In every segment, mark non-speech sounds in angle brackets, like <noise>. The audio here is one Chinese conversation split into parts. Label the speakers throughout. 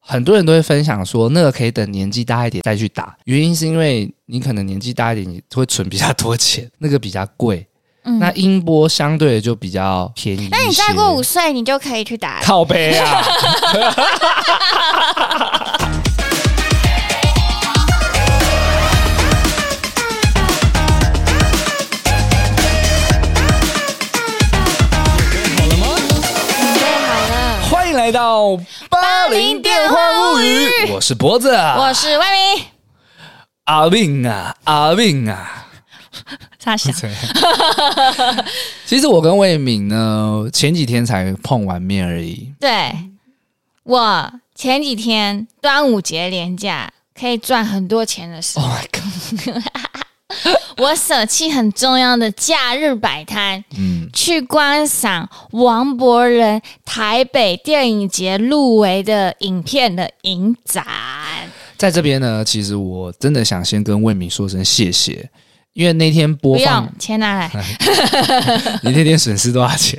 Speaker 1: 很多人都会分享说，那个可以等年纪大一点再去打，原因是因为你可能年纪大一点，你会存比较多钱，那个比较贵。
Speaker 2: 嗯
Speaker 1: 那音波相对的就比较便宜。
Speaker 2: 那你再过五岁，你就可以去打。
Speaker 1: 靠背啊！
Speaker 2: 准备好了，
Speaker 1: 欢迎来到《八零电话物语》，我是脖子，啊
Speaker 2: 我是外明，
Speaker 1: 阿命啊，阿命 <laughs> 啊！
Speaker 2: 傻笑。
Speaker 1: 其实我跟魏敏呢，前几天才碰完面而已。
Speaker 2: <laughs> 对，我前几天端午节连假可以赚很多钱的时
Speaker 1: Oh
Speaker 2: 候，
Speaker 1: my god！
Speaker 2: 我舍弃很重要的假日摆摊，
Speaker 1: 嗯，
Speaker 2: 去观赏王博仁台北电影节入围的影片的影展。
Speaker 1: 在这边呢，其实我真的想先跟魏敏说声谢谢，因为那天播
Speaker 2: 不
Speaker 1: 放
Speaker 2: 用，钱拿来。
Speaker 1: 你那天损失多少钱？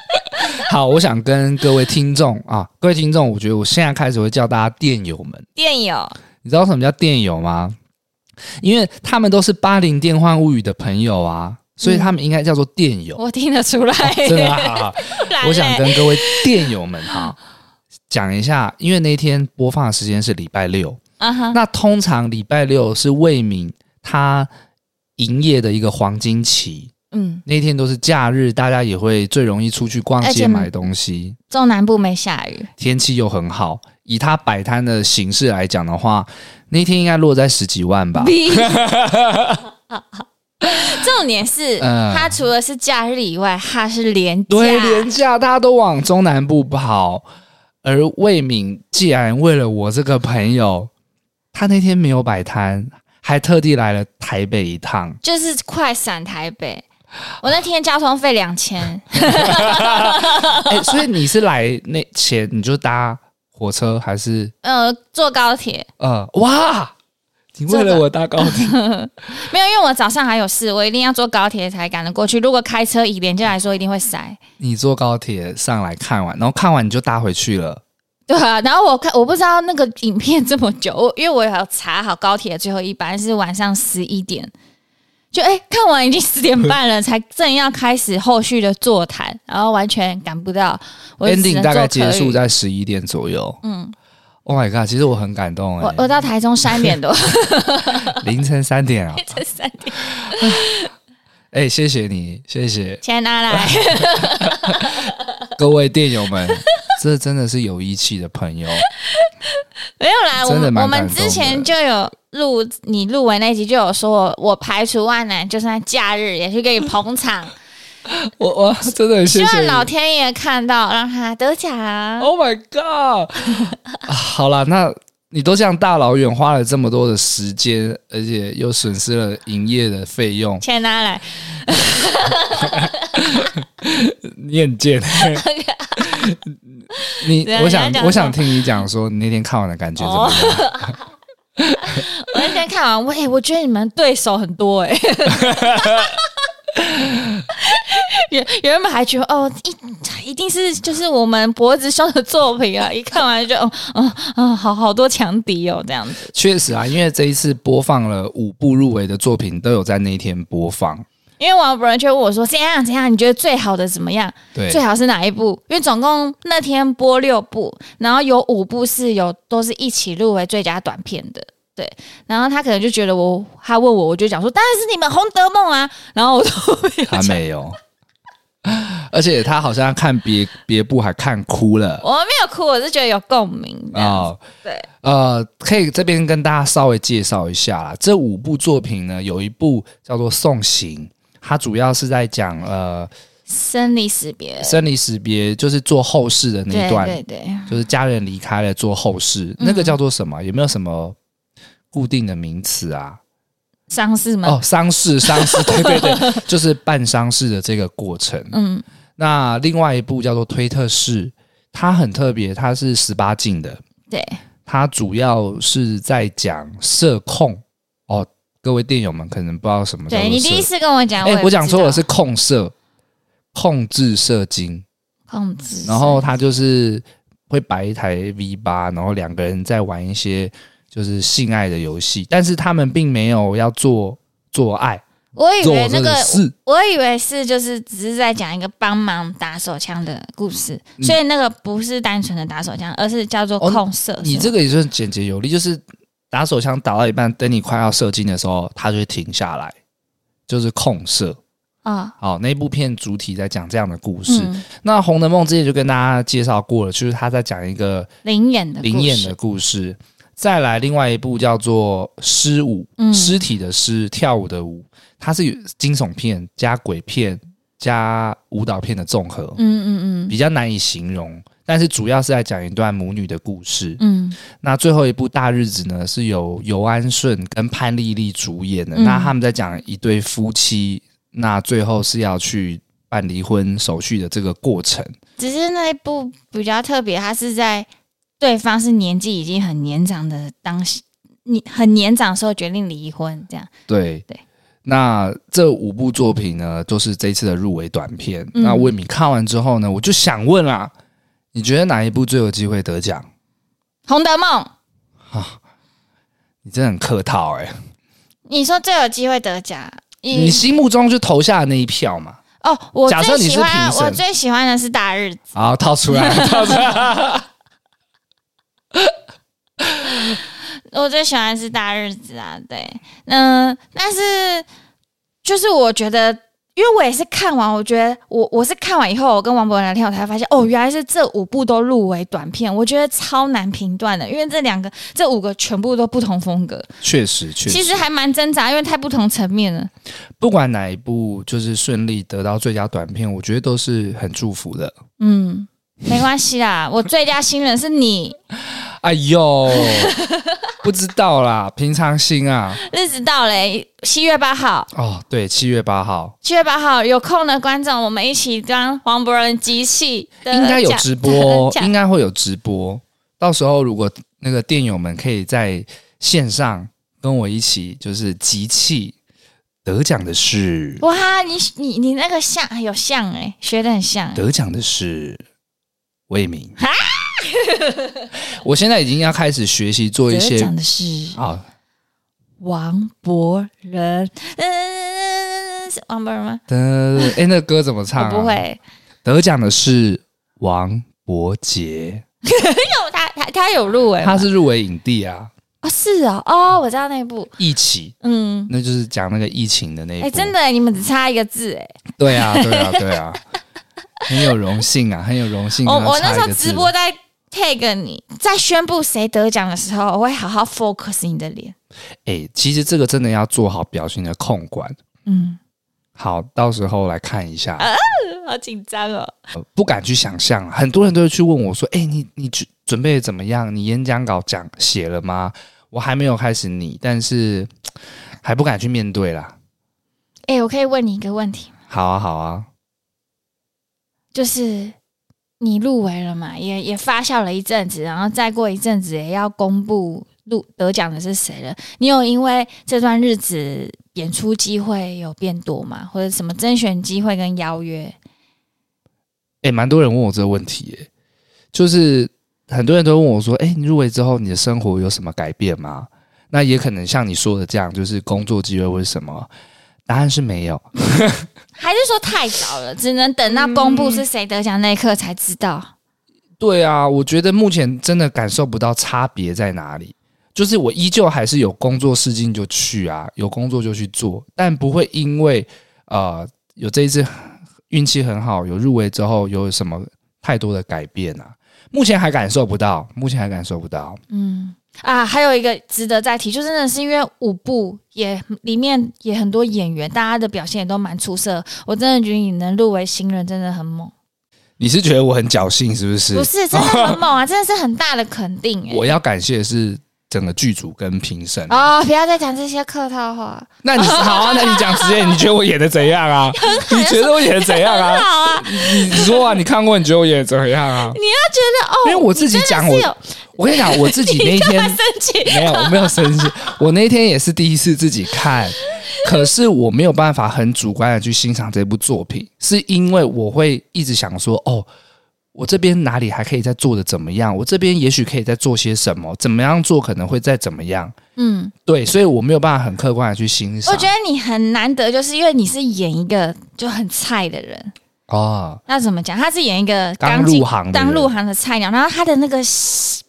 Speaker 1: <laughs> 好，我想跟各位听众啊，各位听众，我觉得我现在开始会叫大家电友们。
Speaker 2: 电友
Speaker 1: 你知道什么叫电友吗？因为他们都是《八零电幻物语》的朋友啊，所以他们应该叫做电友。
Speaker 2: 我听得出来，
Speaker 1: 真的、啊， <laughs> 好好
Speaker 2: 不嗯然嘞
Speaker 1: 我
Speaker 2: <laughs>
Speaker 1: 想跟各位电友们哈讲一下，因为那天播放的时间是礼拜六，
Speaker 2: 啊哈，
Speaker 1: 那通常礼拜六是魏敏他营业的一个黄金期，
Speaker 2: 嗯，
Speaker 1: 那天都是假日，大家也会最容易出去逛
Speaker 2: 而
Speaker 1: 街
Speaker 2: 且
Speaker 1: 买东西，
Speaker 2: 中南部没下雨，
Speaker 1: 天气又很好。以他摆摊的形式来讲的话，那天应该落在十几万吧。
Speaker 2: B <laughs> 重点是，
Speaker 1: 嗯
Speaker 2: 它除了是假日以外，它是连
Speaker 1: <laughs>
Speaker 2: 假。
Speaker 1: 对，廉价大家都往中南部跑，而魏敏既然为了我这个朋友，他那天没有摆摊，还特地来了台北一趟。
Speaker 2: 就是快闪台北。我那天交通费两千， <laughs>
Speaker 1: <laughs> 哎、所以你是来那前你就搭火车还是
Speaker 2: 呃，坐高铁
Speaker 1: 呃哇？你为
Speaker 2: 真
Speaker 1: 了
Speaker 2: 的
Speaker 1: 我搭高铁， <laughs>
Speaker 2: 没有，因为我早上还有事，我一定要坐高铁才赶得过去。如果开车以廉价来说，一定会塞。
Speaker 1: 你坐高铁上来看完，然后看完你就搭回去了。
Speaker 2: 对啊，然后我看我不知道那个影片这么久，我因为我有查好高铁的最后一班是晚上十一点，就哎、看完已经十点半了，才正要开始后续的座谈，然后完全赶不到，我就只
Speaker 1: ending
Speaker 2: 能
Speaker 1: 大概
Speaker 2: 坐
Speaker 1: 结
Speaker 2: 客
Speaker 1: 束
Speaker 2: 运。
Speaker 1: 在十一点左右。
Speaker 2: 嗯，
Speaker 1: Oh my god！其实我很感动哎
Speaker 2: 我、我到台中三
Speaker 1: <laughs>
Speaker 2: 点多，
Speaker 1: 凌晨三
Speaker 2: <laughs>
Speaker 1: 点啊！
Speaker 2: 这三点
Speaker 1: 哎、谢谢你，谢谢。
Speaker 2: 钱
Speaker 1: <laughs>
Speaker 2: 拿来，
Speaker 1: 各位电友们， <laughs> 这真的是有义气的朋
Speaker 2: <laughs>
Speaker 1: 友。
Speaker 2: 没有啦，我
Speaker 1: 真的
Speaker 2: 们
Speaker 1: 蛮
Speaker 2: 我们
Speaker 1: 感动的
Speaker 2: 之前就有录你入围那集就有说我我排除万难，就算假日也去给你捧场，
Speaker 1: 我我 <laughs> 真的很 <laughs> 谢
Speaker 2: 希
Speaker 1: 谢
Speaker 2: 望
Speaker 1: 你。
Speaker 2: 老天爷看到让他得奖。
Speaker 1: <laughs> Oh my god！啊好啦，那你都这样大老远花了这么多的时间，而且又损失了营业的费
Speaker 2: <laughs>
Speaker 1: 用，
Speaker 2: 钱拿来，
Speaker 1: 你很贱。 <laughs> 你
Speaker 2: 对啊
Speaker 1: 我
Speaker 2: 你要
Speaker 1: 想
Speaker 2: 讲哦
Speaker 1: 我想听你讲说你那天看完的感觉怎么样？
Speaker 2: 我那天看完，我、欸、我觉得你们对手很多哎、 <laughs> 欸。原原本还觉得哦，一一定是就是我们脖子兄的作品啊，一 <laughs> 看完就哦哦哦，好好多强敌哦，这样子。
Speaker 1: <laughs> 确实啊，因为这一次播放了五部入围的作品，都有在那一天播放。
Speaker 2: 因为王博仁就问我说：“怎样怎样？你觉得最好的怎么样？
Speaker 1: 对，
Speaker 2: 最好是哪一部？”因为总共那天播六部，然后有五部是有都是一起入围最佳短片的。对，然后他可能就觉得我，他问我，我就讲说：“当然是你们《红德梦》啊。”然后我都没有
Speaker 1: 他
Speaker 2: 讲。
Speaker 1: 没有， <laughs> 而且他好像看别别部还看哭了
Speaker 2: 我没有哭，我是觉得有共鸣
Speaker 1: 啊、
Speaker 2: 啊。对，
Speaker 1: 呃，可以这边跟大家稍微介绍一下啦。这五部作品呢，有一部叫做《送行》，它主要是在讲呃
Speaker 2: 生离死别，
Speaker 1: 生离死别，就是做后事的那一
Speaker 2: 对
Speaker 1: 段，
Speaker 2: 对对，嗯
Speaker 1: 就是家人离开了做后事，那个叫做什么？有没有什么固定的名词啊？
Speaker 2: 丧事吗？
Speaker 1: 哦，丧事，丧
Speaker 2: <laughs>
Speaker 1: 事，对对对，就是办丧事的这个过程。
Speaker 2: 嗯，
Speaker 1: 那另外一部叫做《推特式》，它很特别，它是十八禁的，
Speaker 2: 对，
Speaker 1: 它主要是在讲社控哦。各位电友们可能不知道什么叫做
Speaker 2: 对你第一
Speaker 1: 社，
Speaker 2: 次跟我讲，
Speaker 1: 哎、
Speaker 2: 也
Speaker 1: 我讲
Speaker 2: 不知
Speaker 1: 错了，
Speaker 2: 道哎
Speaker 1: 是控社，控制社经。
Speaker 2: 控制，
Speaker 1: 然后它就是会摆一台 V 八，然后两个人在玩一些就是性爱的游戏，但是他们并没有要做做爱，
Speaker 2: 我以
Speaker 1: 做
Speaker 2: 为那
Speaker 1: 这
Speaker 2: 个，
Speaker 1: 事。
Speaker 2: 我以为是就是只是在讲一个帮忙打手枪的故事，所以那个不是单纯的打手枪，而是叫做
Speaker 1: 嗯哦
Speaker 2: 控射。
Speaker 1: 你
Speaker 2: 是
Speaker 1: 这个也算简洁有力，就是打手枪打到一半，等你快要射精的时候，它就会停下来，就是控射。
Speaker 2: 吗啊，
Speaker 1: 好，那部片主体在讲这样的故事。
Speaker 2: 嗯，
Speaker 1: 那《红楼梦》之前就跟大家介绍过了，就是他在讲一个
Speaker 2: 灵眼的故事
Speaker 1: 灵验的，故事。再来另外一部叫做《尸舞》，
Speaker 2: 嗯
Speaker 1: 尸体的尸，跳舞的舞，它是惊悚片加鬼片加舞蹈片的综合，
Speaker 2: 嗯嗯嗯
Speaker 1: 比较难以形容。但是主要是在讲一段母女的故事。
Speaker 2: 嗯
Speaker 1: 那最后一部《大日子》呢，是由尤安顺跟潘丽丽主演的。
Speaker 2: 嗯
Speaker 1: 那他们在讲一对夫妻，那最后是要去办离婚手续的这个过程。
Speaker 2: 只是那一部比较特别，它是在对方是年纪已经很年长的当时，你很年长的时候决定离婚，这样
Speaker 1: 对
Speaker 2: 对。
Speaker 1: 那这五部作品呢，都是这次的入围短片。
Speaker 2: 嗯
Speaker 1: 那魏敏看完之后呢，我就想问啦，你觉得哪一部最有机会得奖？
Speaker 2: 《红德梦》，
Speaker 1: 你真的很客套哎、
Speaker 2: 你说最有机会得奖？
Speaker 1: 你心目中就投下的那一票嘛，
Speaker 2: 哦，我
Speaker 1: 假设你
Speaker 2: 最
Speaker 1: 是
Speaker 2: 喜欢
Speaker 1: 评审
Speaker 2: 我最喜欢的是《大日子》，
Speaker 1: 好，套出来，
Speaker 2: <laughs>
Speaker 1: 套出来。
Speaker 2: 我最喜欢的是《大日子》啊，对，嗯，但是就是我觉得，因为我也是看完，我觉得我我是看完以后，我跟王博文聊天，我才发现哦，原来是这五部都入围短片，我觉得超难评断的，因为这两个这五个全部都不同风格，
Speaker 1: 确实，确实。
Speaker 2: 其实还蛮挣扎，因为太不同层面了。
Speaker 1: 不管哪一部，就是顺利得到最佳短片，我觉得都是很祝福的。
Speaker 2: 嗯，没关系啦，我最佳新人是你，
Speaker 1: 哎
Speaker 2: <laughs>
Speaker 1: 呦，不知道啦，平常心啊。
Speaker 2: <laughs> 日子到嘞，七月八号。
Speaker 1: 哦，对，七月八号
Speaker 2: 七月八号有空的观众，我们一起当黄伯仁集气的
Speaker 1: 应该有
Speaker 2: 奖
Speaker 1: 直
Speaker 2: <laughs>
Speaker 1: 播，
Speaker 2: 奖
Speaker 1: 应该会有直播。到时候如果那个电友们可以在线上跟我一起，就是集气得奖的是
Speaker 2: 哇，你你你那个像哎有像哎、学的很像、欸。
Speaker 1: 得奖的是魏明。 <laughs> 我现在已经要开始学习做一些
Speaker 2: 讲的是
Speaker 1: 啊，
Speaker 2: 王伯仁，嗯，是王伯
Speaker 1: <laughs>
Speaker 2: 仁吗？
Speaker 1: 的哎、那歌怎么唱、
Speaker 2: 我
Speaker 1: 啊？
Speaker 2: 不会，
Speaker 1: 得奖的是王伯杰，
Speaker 2: 有他他他有入围吗，
Speaker 1: 他是入围影帝啊，
Speaker 2: 哦是哦哦，我知道那一部，
Speaker 1: 《疫起》，
Speaker 2: 嗯，
Speaker 1: 那就是讲那个疫情的那一
Speaker 2: 哎、
Speaker 1: 部。
Speaker 2: 真的、欸，你们只差一个字哎、
Speaker 1: 对啊，对啊，对啊， <laughs> 很有荣幸啊，很有荣幸
Speaker 2: 我
Speaker 1: 跟他差一个字。
Speaker 2: 我那时候直播在 tag 你，在宣布谁得奖的时候，我会好好 focus 你的脸，
Speaker 1: 哎、其实这个真的要做好表情的控管。
Speaker 2: 嗯，
Speaker 1: 好，到时候来看一下，
Speaker 2: <laughs> 呃好紧张哦，
Speaker 1: 呃不敢去想象。啊很多人都会去问我说：“哎、你你准准备得怎么样？你演讲稿讲写了吗？”我还没有开始拟，但是还不敢去面对啦。
Speaker 2: 哎、我可以问你一个问题吗
Speaker 1: 好啊，好啊，
Speaker 2: 就是你入围了嘛，也也发酵了一阵子，然后再过一阵子也要公布入得奖的是谁了。你有因为这段日子演出机会有变多吗？或者什么甄选机会跟邀约？
Speaker 1: 哎、蛮多人问我这个问题、耶，就是很多人都问我说：“哎、你入围之后，你的生活有什么改变吗？”那也可能像你说的这样，就是工作机会或者什么。答案是没有，
Speaker 2: 还是说太早了，只能等到公布是谁得奖那一刻才知道？
Speaker 1: 对啊，我觉得目前真的感受不到差别在哪里。就是我依旧还是有工作事情就去啊，有工作就去做，但不会因为呃有这一次运气很好，有入围之后有什么太多的改变啊。目前还感受不到，目前还感受不到。
Speaker 2: 嗯啊，还有一个值得再提，就真的是因为五部也里面也很多演员，大家的表现也都蛮出色。我真的觉得你能入围新人真的很猛。
Speaker 1: 你是觉得我很侥幸是不是？
Speaker 2: 不是，真的
Speaker 1: <laughs>
Speaker 2: 很猛啊，真的是很大的肯定哎、
Speaker 1: 我要感谢的是整个剧组跟评审。
Speaker 2: 哦，不要再讲这些客套话，
Speaker 1: <laughs> 那你好啊，那你讲直接，你觉得我演的怎样啊？你觉得我演的怎样
Speaker 2: 很
Speaker 1: 啊？
Speaker 2: 好啊。
Speaker 1: 你你说啊，你看过你觉得我演的怎样啊？
Speaker 2: 你要觉得哦，
Speaker 1: 因为我自己讲
Speaker 2: 你真的
Speaker 1: 我，我跟你讲，我自己那一
Speaker 2: 是有会 <laughs>
Speaker 1: 天
Speaker 2: 生
Speaker 1: <laughs>
Speaker 2: 气，
Speaker 1: 没有，我没有生气，我那一天也是第一次自己看，可是我没有办法很主观的去欣赏这部作品，是因为我会一直想说，哦，我这边哪里还可以再做的怎么样？我这边也许可以再做些什么？怎么样做可能会再怎么样？
Speaker 2: 嗯，
Speaker 1: 对，所以我没有办法很客观的去欣赏。
Speaker 2: 我觉得你很难得，就是因为你是演一个就很菜的人，
Speaker 1: 得哦，
Speaker 2: 那怎么讲？他是演一个
Speaker 1: 刚
Speaker 2: 进
Speaker 1: 入行的人
Speaker 2: 刚入行的菜鸟，然后他的那个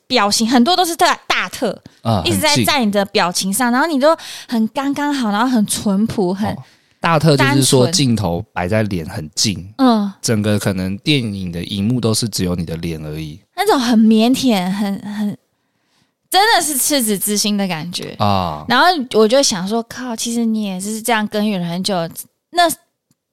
Speaker 2: 表情很多都是大大特，
Speaker 1: 嗯，
Speaker 2: 一直
Speaker 1: 很
Speaker 2: 在
Speaker 1: 近
Speaker 2: 在你的表情上，然后你都很刚刚好，然后很淳朴，很、
Speaker 1: 哦大特就是说
Speaker 2: 单纯
Speaker 1: 镜头摆在脸很近，
Speaker 2: 嗯，
Speaker 1: 整个可能电影的荧幕都是只有你的脸而已
Speaker 2: 那种很腼腆，很很真的是赤子之心的感觉。
Speaker 1: 啊。
Speaker 2: 然后我就想说，靠，其实你也是这样耕耘了很久，那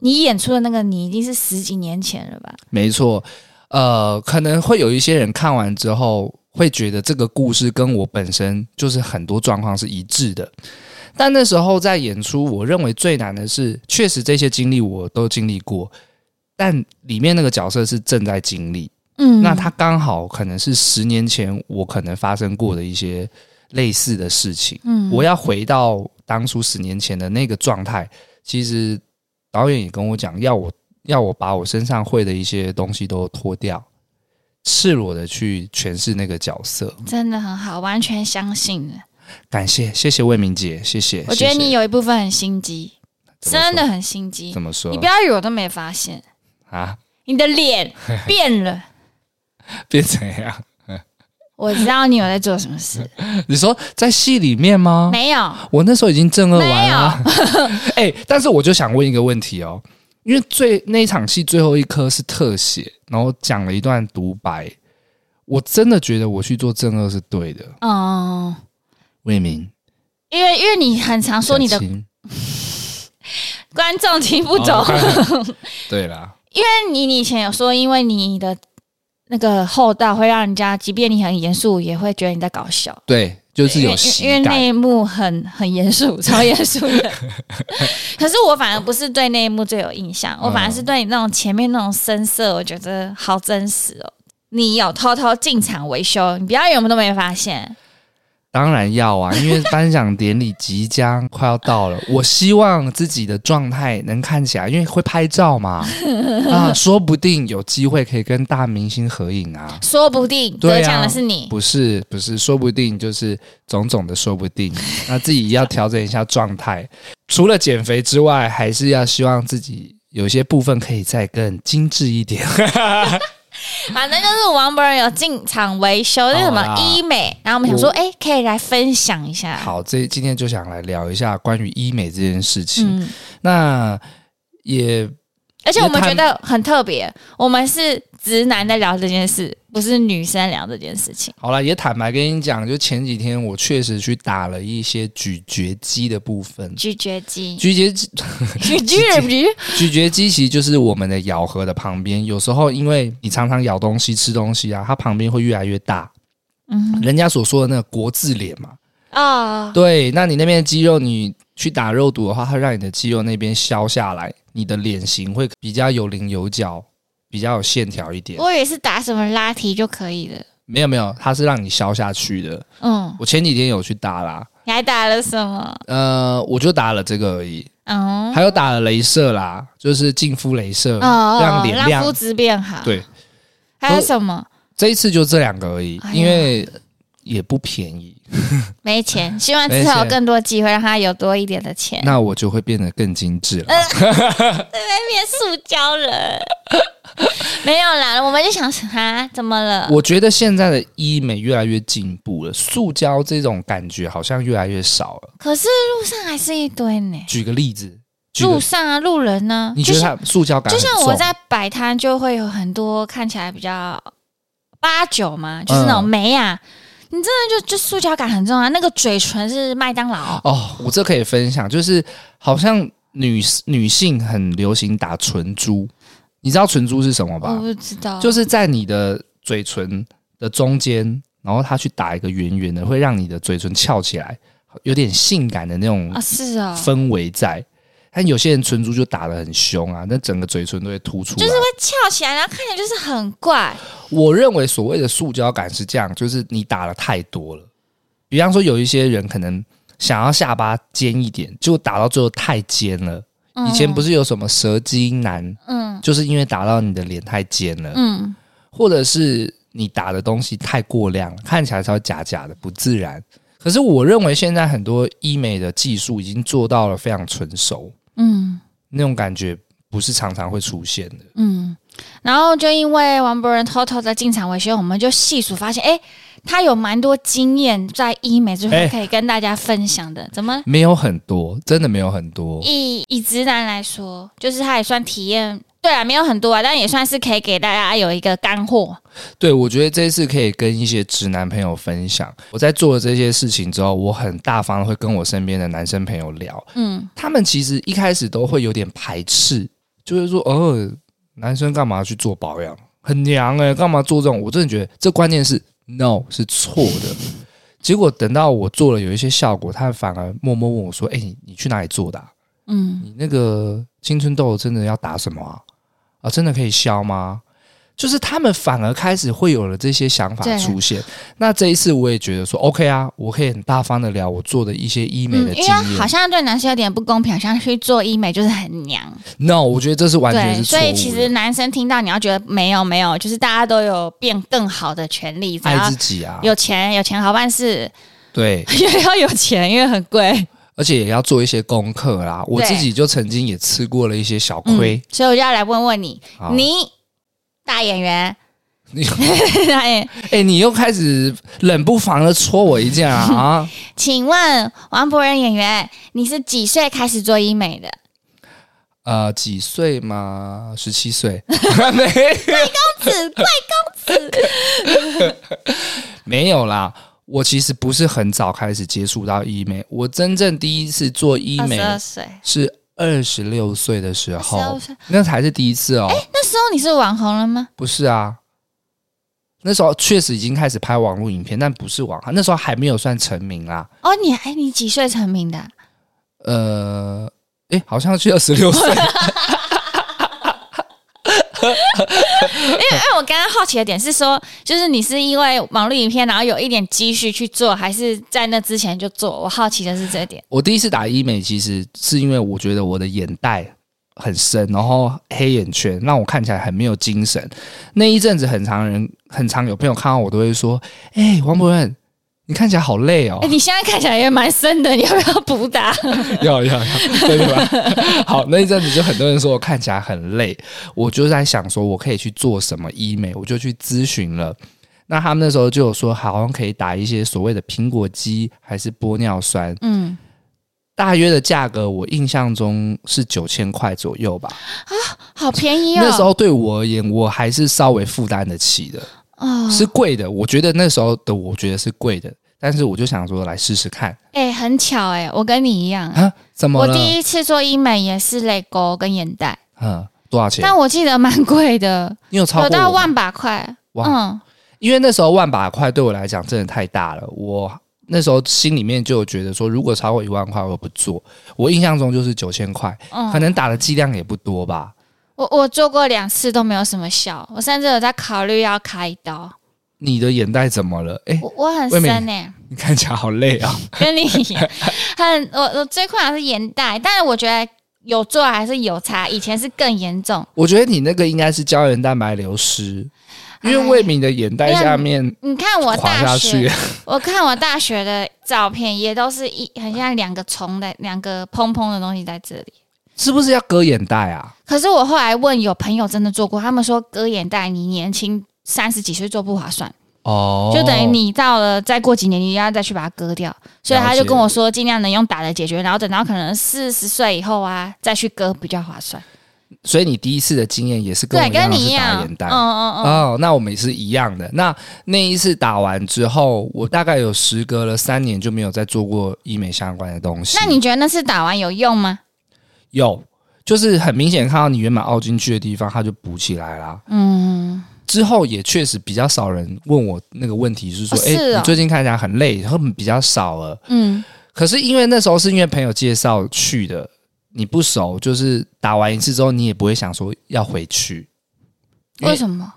Speaker 2: 你演出的那个你一定是十几年前了吧？
Speaker 1: 没错，呃，可能会有一些人看完之后会觉得这个故事跟我本身就是很多状况是一致的，但那时候在演出，我认为最难的是，确实这些经历我都经历过，但里面那个角色是正在经历，
Speaker 2: 嗯，
Speaker 1: 那他刚好可能是十年前我可能发生过的一些类似的事情，
Speaker 2: 嗯
Speaker 1: 我要回到当初十年前的那个状态，其实导演也跟我讲，要我要我把我身上会的一些东西都脱掉，赤裸的去诠释那个角色。
Speaker 2: 真的很好，完全相信了。
Speaker 1: 感谢，谢谢魏明姐，谢谢。
Speaker 2: 我觉得
Speaker 1: 谢谢
Speaker 2: 你有一部分很心机，
Speaker 1: 怎么说
Speaker 2: 真的很心机
Speaker 1: 怎。么说
Speaker 2: 你不要以为我都没发现，
Speaker 1: 啊？ <laughs>
Speaker 2: 你的脸变了，
Speaker 1: 变怎样？
Speaker 2: 我知道你有在做什
Speaker 1: <laughs>
Speaker 2: 么事。
Speaker 1: 你说在戏里面吗？
Speaker 2: 没有，
Speaker 1: 我那时候已经正二完
Speaker 2: 没有
Speaker 1: 了。 <laughs> 哎、但是我就想问一个问题哦，因为最那一场戏最后一颗是特写，然后讲了一段独白，我真的觉得我去做正二是对的。
Speaker 2: 嗯，
Speaker 1: 魏明
Speaker 2: 因为因为你很常啊说你
Speaker 1: 小
Speaker 2: 的
Speaker 1: 青
Speaker 2: 观众听不懂， <laughs>
Speaker 1: 哦对啦，
Speaker 2: 你你以前有说，因为你的那个厚道会让人家，即便你很严肃，也会觉得你在搞笑。
Speaker 1: 对，就是有喜
Speaker 2: 因为因为
Speaker 1: 感
Speaker 2: 那一幕很很严肃， <laughs> 超严肃的。可是我反而不是对那一幕最有印象，
Speaker 1: 嗯
Speaker 2: 我反而是对你那种前面那种深色，我觉得好真实哦。你有偷偷进场维修，你不要以为我们都没发现。
Speaker 1: 当然要啊，因为颁奖典礼即将快要到 <laughs> 了，我希望自己的状态能看起来，因为会拍照
Speaker 2: <laughs>
Speaker 1: 嘛，啊，说不定有机会可以跟大明星合影啊。
Speaker 2: 说不定
Speaker 1: 对啊
Speaker 2: 得奖的是你，
Speaker 1: 不是不是，说不定就是种种的，说不定 <laughs> 那自己要调整一下状态。除了减肥之外，还是要希望自己有些部分可以再更精致一点。
Speaker 2: 反正就是王博仁有进场维修，那什
Speaker 1: 好啦
Speaker 2: 么医美，然后我们想说，
Speaker 1: 我
Speaker 2: 哎、可以来分享一下。
Speaker 1: 好，这今天就想来聊一下关于医美这件事情。
Speaker 2: 嗯，
Speaker 1: 那也
Speaker 2: 而且我们觉得很特别，我们是直男在聊这件事，不是女生聊这件事情。
Speaker 1: 好了，也坦白跟你讲，就前几天我确实去打了一些咀嚼肌的部分。
Speaker 2: 咀嚼
Speaker 1: <laughs>
Speaker 2: 肌，
Speaker 1: 咀嚼肌
Speaker 2: 咀嚼肌，
Speaker 1: 咀嚼肌其实就是我们的咬合的旁边，有时候因为你常常咬东西、吃东西啊，它旁边会越来越大。
Speaker 2: 嗯
Speaker 1: 人家所说的那个国字脸嘛，
Speaker 2: 啊，
Speaker 1: 对，那你那边的肌肉，你去打肉毒的话，它会让你的肌肉那边消下来，你的脸型会比较有棱有角，比较有线条一点。
Speaker 2: 我以为是打什么拉提就可以了。
Speaker 1: 没有没有，它是让你消下去的。
Speaker 2: 嗯，
Speaker 1: 我前几天有去打啦，
Speaker 2: 你还打了什么？
Speaker 1: 呃，我就打了这个而已，
Speaker 2: 嗯，
Speaker 1: 还有打了镭射啦，就是净肤镭射，让
Speaker 2: 哦，
Speaker 1: 脸
Speaker 2: 让肤
Speaker 1: 亮。
Speaker 2: 质变好。
Speaker 1: 对，
Speaker 2: 还有什么？
Speaker 1: 这一次就这两个而已，
Speaker 2: 哎呀
Speaker 1: 因为也不便宜，
Speaker 2: 没钱，希望之后有更多机会让他有多一点的钱。
Speaker 1: 那我就会变得更精致了。
Speaker 2: 呃变塑胶人， <laughs> 没有啦，我们就想他怎么了？
Speaker 1: 我觉得现在的医美越来越进步了，塑胶这种感觉好像越来越少了。
Speaker 2: 可是路上还是一堆呢，
Speaker 1: 举个例子，举
Speaker 2: 路
Speaker 1: 个，
Speaker 2: 上啊，路人呢、
Speaker 1: 你觉
Speaker 2: 哎就
Speaker 1: 得
Speaker 2: 像
Speaker 1: 它塑胶感
Speaker 2: 就
Speaker 1: 很
Speaker 2: 像
Speaker 1: 重
Speaker 2: 我在摆摊，就会有很多看起来比较八九嘛，就是那种
Speaker 1: 嗯
Speaker 2: 眉啊，你真的就就塑胶感很重啊。那个嘴唇是麦当劳，
Speaker 1: 哦，我这可以分享，就是好像女女性很流行打唇珠，你知道唇珠是什么吧？
Speaker 2: 我不知道，
Speaker 1: 就是在你的嘴唇的中间，然后它去打一个圆圆的，会让你的嘴唇翘起来，有点性感的那种
Speaker 2: 啊，是哦，会
Speaker 1: 氛围在。但有些人唇珠就打得很凶啊，那整个嘴唇都会凸出来。就是
Speaker 2: 翘起来，然后看起来就是很怪。
Speaker 1: 我认为所谓的塑胶感是这样，就是你打的太多了。比方说，有一些人可能想要下巴尖一点，结果打到最后太尖了。以前不
Speaker 2: 是，
Speaker 1: 是有什么蛇精男，
Speaker 2: 嗯
Speaker 1: 就是因为打到你的脸太尖了。
Speaker 2: 嗯，
Speaker 1: 或者是你打的东西太过量了，看起来超假假的，不自然。可是我认为现在很多医美的技术已经做到了非常成熟，
Speaker 2: 嗯
Speaker 1: 那种感觉不是常常会出现的。
Speaker 2: 嗯。然后就因为王博仁偷偷的进场维修，我们就细数发现，哎，他有蛮多经验在医美这块
Speaker 1: 哎
Speaker 2: 可以跟大家分享的。怎么？
Speaker 1: 没有很多，真的没有很多。
Speaker 2: 以以直男来说，就是他也算体验，对啊，没有很多啊，但也算是可以给大家有一个干货。
Speaker 1: 对，我觉得这次可以跟一些直男朋友分享，我在做了这些事情之后，我很大方的会跟我身边的男生朋友聊，
Speaker 2: 嗯，
Speaker 1: 他们其实一开始都会有点排斥，就是说，哦，男生干嘛去做保养，很娘哎、干嘛做这种？我真的觉得这观念是 no 是错的。结果等到我做了有一些效果，他反而默默问我说：“哎、你你去哪里做的啊、
Speaker 2: 嗯，
Speaker 1: 你那个青春痘真的要打什么啊？啊，真的可以消吗？”就是他们反而开始会有了这些想法
Speaker 2: 对
Speaker 1: 出现。那这一次我也觉得说 OK 啊，我可以很大方的聊我做的一些医美的
Speaker 2: 嗯，
Speaker 1: 经
Speaker 2: 因
Speaker 1: 验。
Speaker 2: 为好像对男生有点不公平，好像去做医美就是很娘，
Speaker 1: No，我觉得这是完全是
Speaker 2: 对，
Speaker 1: 错
Speaker 2: 所
Speaker 1: 误的。
Speaker 2: 以其实男生听到你要觉得没有没有，就是大家都有变更好的权利，只
Speaker 1: 爱
Speaker 2: 要
Speaker 1: 自己啊，
Speaker 2: 有钱有钱好办事， <laughs>
Speaker 1: 对，
Speaker 2: 也要有钱，因为很贵，
Speaker 1: 而且也要做一些功课啦。我
Speaker 2: 对
Speaker 1: 自己就曾经也吃过了一些小
Speaker 2: 嗯
Speaker 1: 亏。
Speaker 2: 所以我就要来问问你，
Speaker 1: 好
Speaker 2: 你大演员，
Speaker 1: <laughs> 你
Speaker 2: 大演，
Speaker 1: 哎、你又开始冷不防的戳我一下啊
Speaker 2: <laughs>
Speaker 1: 啊！
Speaker 2: 请问王博仁演员，你是几岁开始做医美的？
Speaker 1: 呃，几岁嘛？十七岁， <laughs> 没 <laughs>
Speaker 2: 子贵
Speaker 1: 没有啦。我其实不是很早开始接触到医美，我真正第一次做医
Speaker 2: 二
Speaker 1: 美
Speaker 2: 十二岁，
Speaker 1: 是二十六岁的时候
Speaker 2: 22岁，哎
Speaker 1: 那才是第一次哦。
Speaker 2: 那时候你是网红了吗？
Speaker 1: 不是啊，那时候确实已经开始拍网络影片，但不是网，那时候还没有算成名啦。
Speaker 2: 哦，你哎，你几岁成名的啊？
Speaker 1: 呃，诶，好像是二十六岁，
Speaker 2: <coughs> 因为我刚刚好奇的点是说，就是你是因为网络影片，然后有一点积蓄去做，还是在那之前就做？我好奇的是这一点。
Speaker 1: 我第一次打医美，其实是因为我觉得我的眼袋很深，然后黑眼圈让我看起来很没有精神。那一阵子，很常人很常有朋友看到我都会说：“诶，王博文，你看起来好累哦。
Speaker 2: 哎、你现在看起来也蛮深的，你要不要补打？
Speaker 1: <laughs> 要要要，对对吧？ <laughs> 好，那一阵子就很多人说我看起来很累，我就在想说我可以去做什么医美，我就去咨询了。那他们那时候就有说，好像可以打一些所谓的苹果肌还是玻尿酸，
Speaker 2: <laughs> 嗯，
Speaker 1: 大约的价格我印象中是九千块左右吧。
Speaker 2: 好便宜哦。
Speaker 1: 那时候对我而言，我还是稍微负担得起的。
Speaker 2: 哦，
Speaker 1: 是贵的，我觉得那时候的我觉得是贵的，但是我就想说来试试看
Speaker 2: 哎、很巧哎、我跟你一样。
Speaker 1: 啊，怎么
Speaker 2: 我
Speaker 1: 了？
Speaker 2: 第一次做医美也是泪沟跟眼袋，
Speaker 1: 嗯，多少钱？
Speaker 2: 但我记得蛮贵的，
Speaker 1: 你有超过
Speaker 2: 有到
Speaker 1: 我吗
Speaker 2: 万把块。
Speaker 1: 哇
Speaker 2: 嗯，
Speaker 1: 因为那时候万把块对我来讲真的太大了，我那时候心里面就有觉得说，如果超过一万块我不做。我印象中就是九千块，
Speaker 2: 嗯
Speaker 1: 可能打的剂量也不多吧。
Speaker 2: 我我做过两次都没有什么效，我甚至有在考虑要开刀。
Speaker 1: 你的眼袋怎么了？哎、
Speaker 2: 我我很
Speaker 1: 魏
Speaker 2: 深
Speaker 1: 敏
Speaker 2: 呢、
Speaker 1: 你看起来好累啊、
Speaker 2: 跟你一样，很我我最困扰是眼袋，但是我觉得有做还是有差，以前是更严重。
Speaker 1: 我觉得你那个应该是胶原蛋白流失，因为
Speaker 2: 哎
Speaker 1: 魏敏的眼袋下面
Speaker 2: 你看我
Speaker 1: 垮
Speaker 2: 大
Speaker 1: 下
Speaker 2: 学
Speaker 1: 去，， <laughs>
Speaker 2: 我看我大学的照片，也都是一很像两个虫的两个蓬蓬的东西在这里。
Speaker 1: 是不是要割眼袋啊？
Speaker 2: 可是我后来问有朋友真的做过，他们说割眼袋你年轻三十几岁做不划算，
Speaker 1: 哦，
Speaker 2: 就等于你到了再过几年你要再去把它割掉。所以他
Speaker 1: 了
Speaker 2: 就
Speaker 1: 解
Speaker 2: 跟我说，尽量能用打的解决，然后等到可能四十岁以后啊再去割比较划算。
Speaker 1: 所以你第一次的经验也是跟我
Speaker 2: 对，
Speaker 1: 一样
Speaker 2: 跟你
Speaker 1: 是
Speaker 2: 一
Speaker 1: 打
Speaker 2: 样
Speaker 1: 眼，袋，
Speaker 2: 嗯嗯。
Speaker 1: 哦，那我们也是一样的。那那一次打完之后，我大概有时隔了三年就没有再做过医美相关的东西。
Speaker 2: 那你觉得那次打完有用吗？
Speaker 1: 有，就是很明显看到你原本凹进去的地方，它就补起来啦。
Speaker 2: 嗯，
Speaker 1: 之后也确实比较少人问我那个问题，是说
Speaker 2: 哦，
Speaker 1: 哎、
Speaker 2: 是哦
Speaker 1: 你最近看起来很累，然后比较少了。
Speaker 2: 嗯，
Speaker 1: 可是因为那时候是因为朋友介绍去的，你不熟，就是打完一次之后，你也不会想说要回去，因
Speaker 2: 为什么？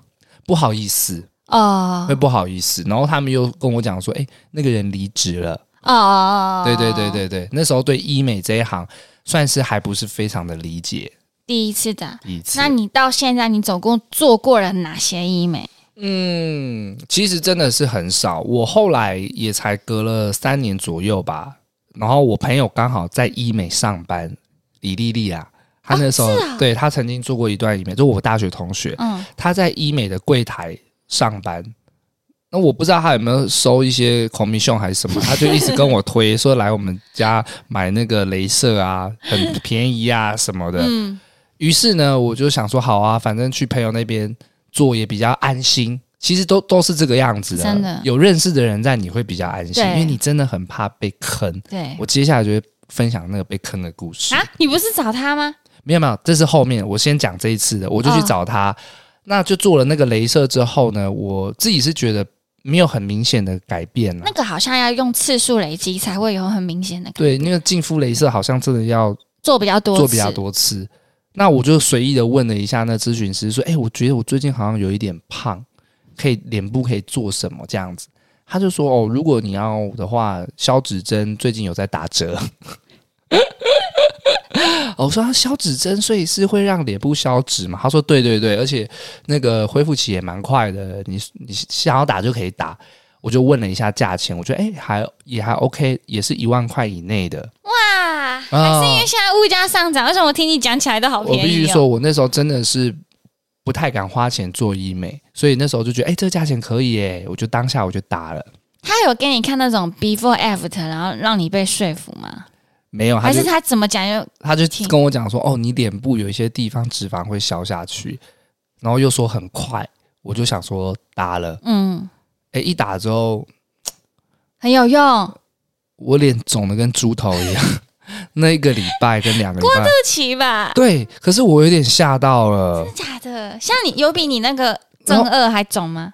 Speaker 1: 不好意思。
Speaker 2: 哦
Speaker 1: 会不好意思。然后他们又跟我讲说，哎、那个人离职了。
Speaker 2: 哦，
Speaker 1: 对对对，对对，那时候对医美这一行算是还不是非常的理解
Speaker 2: 第一次打。
Speaker 1: 一次
Speaker 2: 那。你到现在，你总共做过了哪些医美？
Speaker 1: 嗯，其实真的是很少。我后来也才隔了三年左右吧，然后我朋友刚好在医美上班，李丽丽啊，她那时候、
Speaker 2: 哦是啊
Speaker 1: 对她曾经做过一段医美，就我大学同学，
Speaker 2: 嗯，
Speaker 1: 她在医美的柜台上班。那我不知道她有没有收一些 commission 还是
Speaker 2: <laughs>
Speaker 1: 什么，她就一直跟我推说来我们家买那个镭射啊，很便宜啊什么的。
Speaker 2: 嗯，
Speaker 1: 于是呢，我就想说，好啊，反正去朋友那边做也比较安心。其实都都是这个样子的，
Speaker 2: 真的
Speaker 1: 有认识的人在，你会比较安心，
Speaker 2: 对
Speaker 1: 因为你真的很怕被坑。
Speaker 2: 对
Speaker 1: 我接下来就会分享那个被坑的故事。
Speaker 2: 啊，你不是找他吗？
Speaker 1: 没有没有，这是后面我先讲这一次的，我就去
Speaker 2: 哦
Speaker 1: 找他，那就做了那个镭射之后呢，我自己是觉得没有很明显的改变了
Speaker 2: 那。个好像要用次数累积才会有很明显的感，
Speaker 1: 对，那个净肤镭射好像真的要
Speaker 2: 做比较多，
Speaker 1: 做比较，多次。那我就随意的问了一下那咨询师，说：“哎、我觉得我最近好像有一点胖，可以脸部可以做什么这样子？”他就说：“哦，如果你要的话，消脂针最近有在打折。
Speaker 2: <laughs>
Speaker 1: 哦”我说：“啊消脂针，所以是会让脸部消脂嘛？”他说：“对对对，而且那个恢复期也蛮快的，你你想要打就可以打。”我就问了一下价钱，我觉得哎、还也还 OK，也是一万块以内的。啊
Speaker 2: 哇，还是因为现在物价上涨，为什么我听你讲起来都好便
Speaker 1: 我
Speaker 2: 宜、哦？
Speaker 1: 必须说，我那时候真的是不太敢花钱做医美，所以那时候就觉得，哎、这个价钱可以耶，我就当下我就打了。
Speaker 2: 他有给你看那种 before after，然后让你被说服吗？
Speaker 1: 没有，他
Speaker 2: 还
Speaker 1: 啊就是
Speaker 2: 他怎么讲又
Speaker 1: 他就
Speaker 2: 挺
Speaker 1: 跟我讲说，哦，你脸部有一些地方脂肪会消下去，然后又说很快，我就想说打了，
Speaker 2: 嗯
Speaker 1: 哎、一打之后，
Speaker 2: 很有用？
Speaker 1: 我脸肿的跟猪头一样，那一个礼拜跟两个礼拜，
Speaker 2: 不奇吧？
Speaker 1: 对，可是我有点吓到了，
Speaker 2: 真的假的？像你有比你那个正二还肿吗？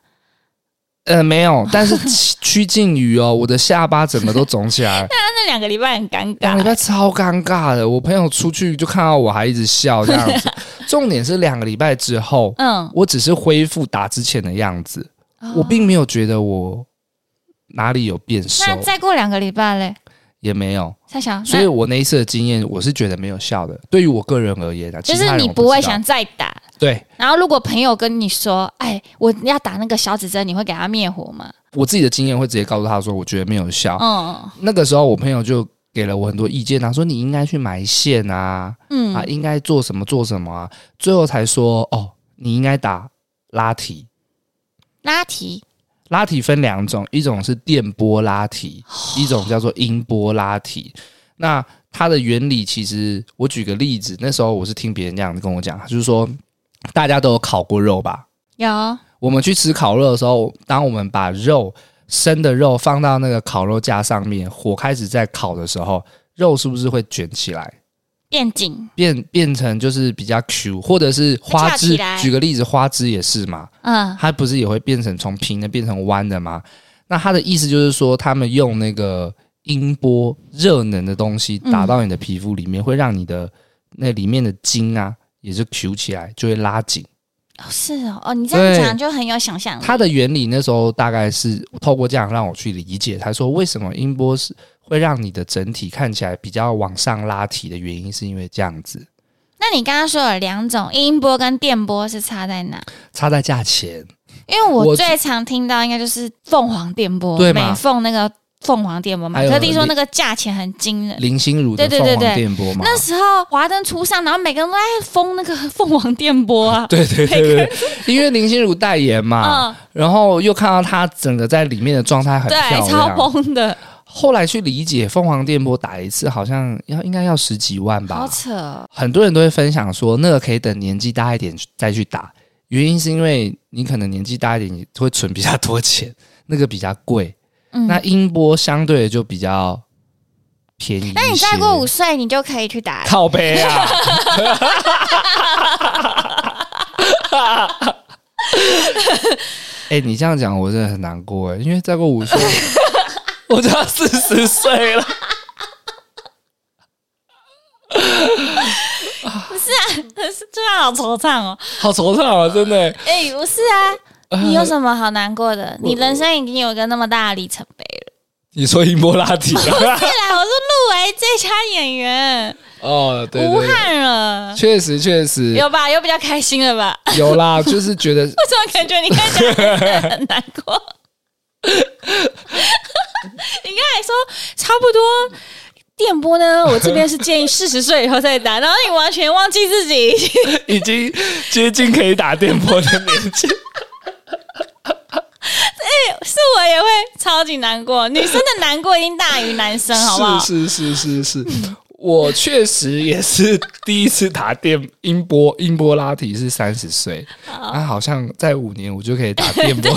Speaker 1: 呃，没有，但是趋趋近于哦，我的下巴整个都肿起来了。
Speaker 2: 他那两个礼拜很尴
Speaker 1: 两
Speaker 2: 尬
Speaker 1: 个礼。拜，Oh 超尴尬的，我朋友出去就看到我还一直笑这样
Speaker 2: <laughs>
Speaker 1: 子。重点是两个礼拜之后，
Speaker 2: 嗯，
Speaker 1: 我只是恢复打之前的样子，
Speaker 2: 哦
Speaker 1: 我并没有觉得我哪里有变瘦，
Speaker 2: 那再过两个礼拜嘞，
Speaker 1: 也没有。
Speaker 2: 蔡小，
Speaker 1: 所以我那一次的经验，我是觉得没有效的。对于我个人而言啊，
Speaker 2: 那就
Speaker 1: 其他
Speaker 2: 是
Speaker 1: 人
Speaker 2: 你
Speaker 1: 我
Speaker 2: 不会
Speaker 1: 知道
Speaker 2: 想再打。
Speaker 1: 对
Speaker 2: 然后如果朋友跟你说，哎，我要打那个小指针，你会给他灭火吗？
Speaker 1: 我自己的经验会直接告诉他说，我觉得没有效。
Speaker 2: 嗯
Speaker 1: 那个时候我朋友就给了我很多意见啊，说你应该去埋线啊，
Speaker 2: 嗯
Speaker 1: 啊，应该做什么做什么啊，最后才说哦，你应该打拉提。
Speaker 2: 拉提
Speaker 1: 拉提分两种，一种是电波拉提，一种叫做音波拉提。那它的原理其实，我举个例子，那时候我是听别人这样子跟我讲，啊就是说大家都有烤过肉吧？
Speaker 2: 有
Speaker 1: 我们去吃烤肉的时候，当我们把肉生的肉放到那个烤肉架上面，火开始在烤的时候，肉是不是会卷起来？
Speaker 2: 变紧，
Speaker 1: 变变成就是比较 Q，或者是花
Speaker 2: 翘
Speaker 1: 枝
Speaker 2: 起来，
Speaker 1: 举个例子，花枝也是嘛，
Speaker 2: 嗯
Speaker 1: 它不是也会变成从平的变成弯的吗？那它的意思就是说，他们用那个音波热能的东西
Speaker 2: 嗯
Speaker 1: 打到你的皮肤里面，会让你的那里面的筋啊，也是 Q 起来，就会拉紧。
Speaker 2: 哦是哦，哦，你这样
Speaker 1: 对
Speaker 2: 讲就很有想象力。
Speaker 1: 它的原理那时候大概是透过这样让我去理解，他说为什么音波是会让你的整体看起来比较往上拉提的原因，是因为这样子
Speaker 2: 那你刚刚说有两种音波跟电波是差在哪？
Speaker 1: 差在价钱。
Speaker 2: 因为我
Speaker 1: 我
Speaker 2: 最常听到应该就是凤凰电波，
Speaker 1: 对嘛
Speaker 2: 美凤那个凤凰电波，马
Speaker 1: 还有
Speaker 2: 克弟说那个价钱很惊人。
Speaker 1: 林心如的
Speaker 2: 对
Speaker 1: 凤
Speaker 2: 对对
Speaker 1: 凰
Speaker 2: 对
Speaker 1: 电波嘛，
Speaker 2: 那时候华灯初上，然后每个人都在封那个凤凰电波啊，
Speaker 1: <laughs> 对 <laughs> 对对对，因为林心如代言嘛，
Speaker 2: 嗯，
Speaker 1: 然后又看到她整个在里面的状态很
Speaker 2: 对，
Speaker 1: 漂
Speaker 2: 超
Speaker 1: 亮。
Speaker 2: 疯的，
Speaker 1: 后来去理解凤凰电波打一次好像要应该要十几万
Speaker 2: 好
Speaker 1: 吧，
Speaker 2: 扯哦。
Speaker 1: 很多人都会分享说那个可以等年纪大一点再去打，原因是因为你可能年纪大一点你会存比较多钱， <laughs> 那个比较贵，
Speaker 2: 嗯，
Speaker 1: 那音波相对的就比较便宜一些。
Speaker 2: 那你再过五岁，你就可以去 <laughs> 打了。
Speaker 1: 靠背啊！哎、你这样讲我真的很难过哎，因为再过五岁， <laughs> 我就要四十岁了。
Speaker 2: 这段好惆怅哦。
Speaker 1: 好惆怅啊，真的。
Speaker 2: 哎、
Speaker 1: 呃
Speaker 2: 不是啊，你有什么好难过的？你人生已经有一个那么大的里程碑了。
Speaker 1: 你说伊波拉提啊？
Speaker 2: <laughs> 对啦，我是入围最佳演员，
Speaker 1: 哦， <laughs> 对
Speaker 2: 无
Speaker 1: 对对，
Speaker 2: 憾了，
Speaker 1: 确实确实
Speaker 2: 有吧？有比较开心了吧？ <laughs>
Speaker 1: 有啦，就是觉得
Speaker 2: 为什么感觉你看起来很难过？ <laughs> 你刚才说差不多电波呢，我这边是建议四十岁以后再打，然后你完全忘记自己。 <laughs>
Speaker 1: 已经接近可以打电波的年纪。
Speaker 2: 是我也会超级难过，女生的难过一定大于男生，好不好？
Speaker 1: 是是是是是，我确实也是第一次打电音波音波拉提是三十岁，啊，好像在五年我就可以打电
Speaker 2: <laughs>
Speaker 1: 波。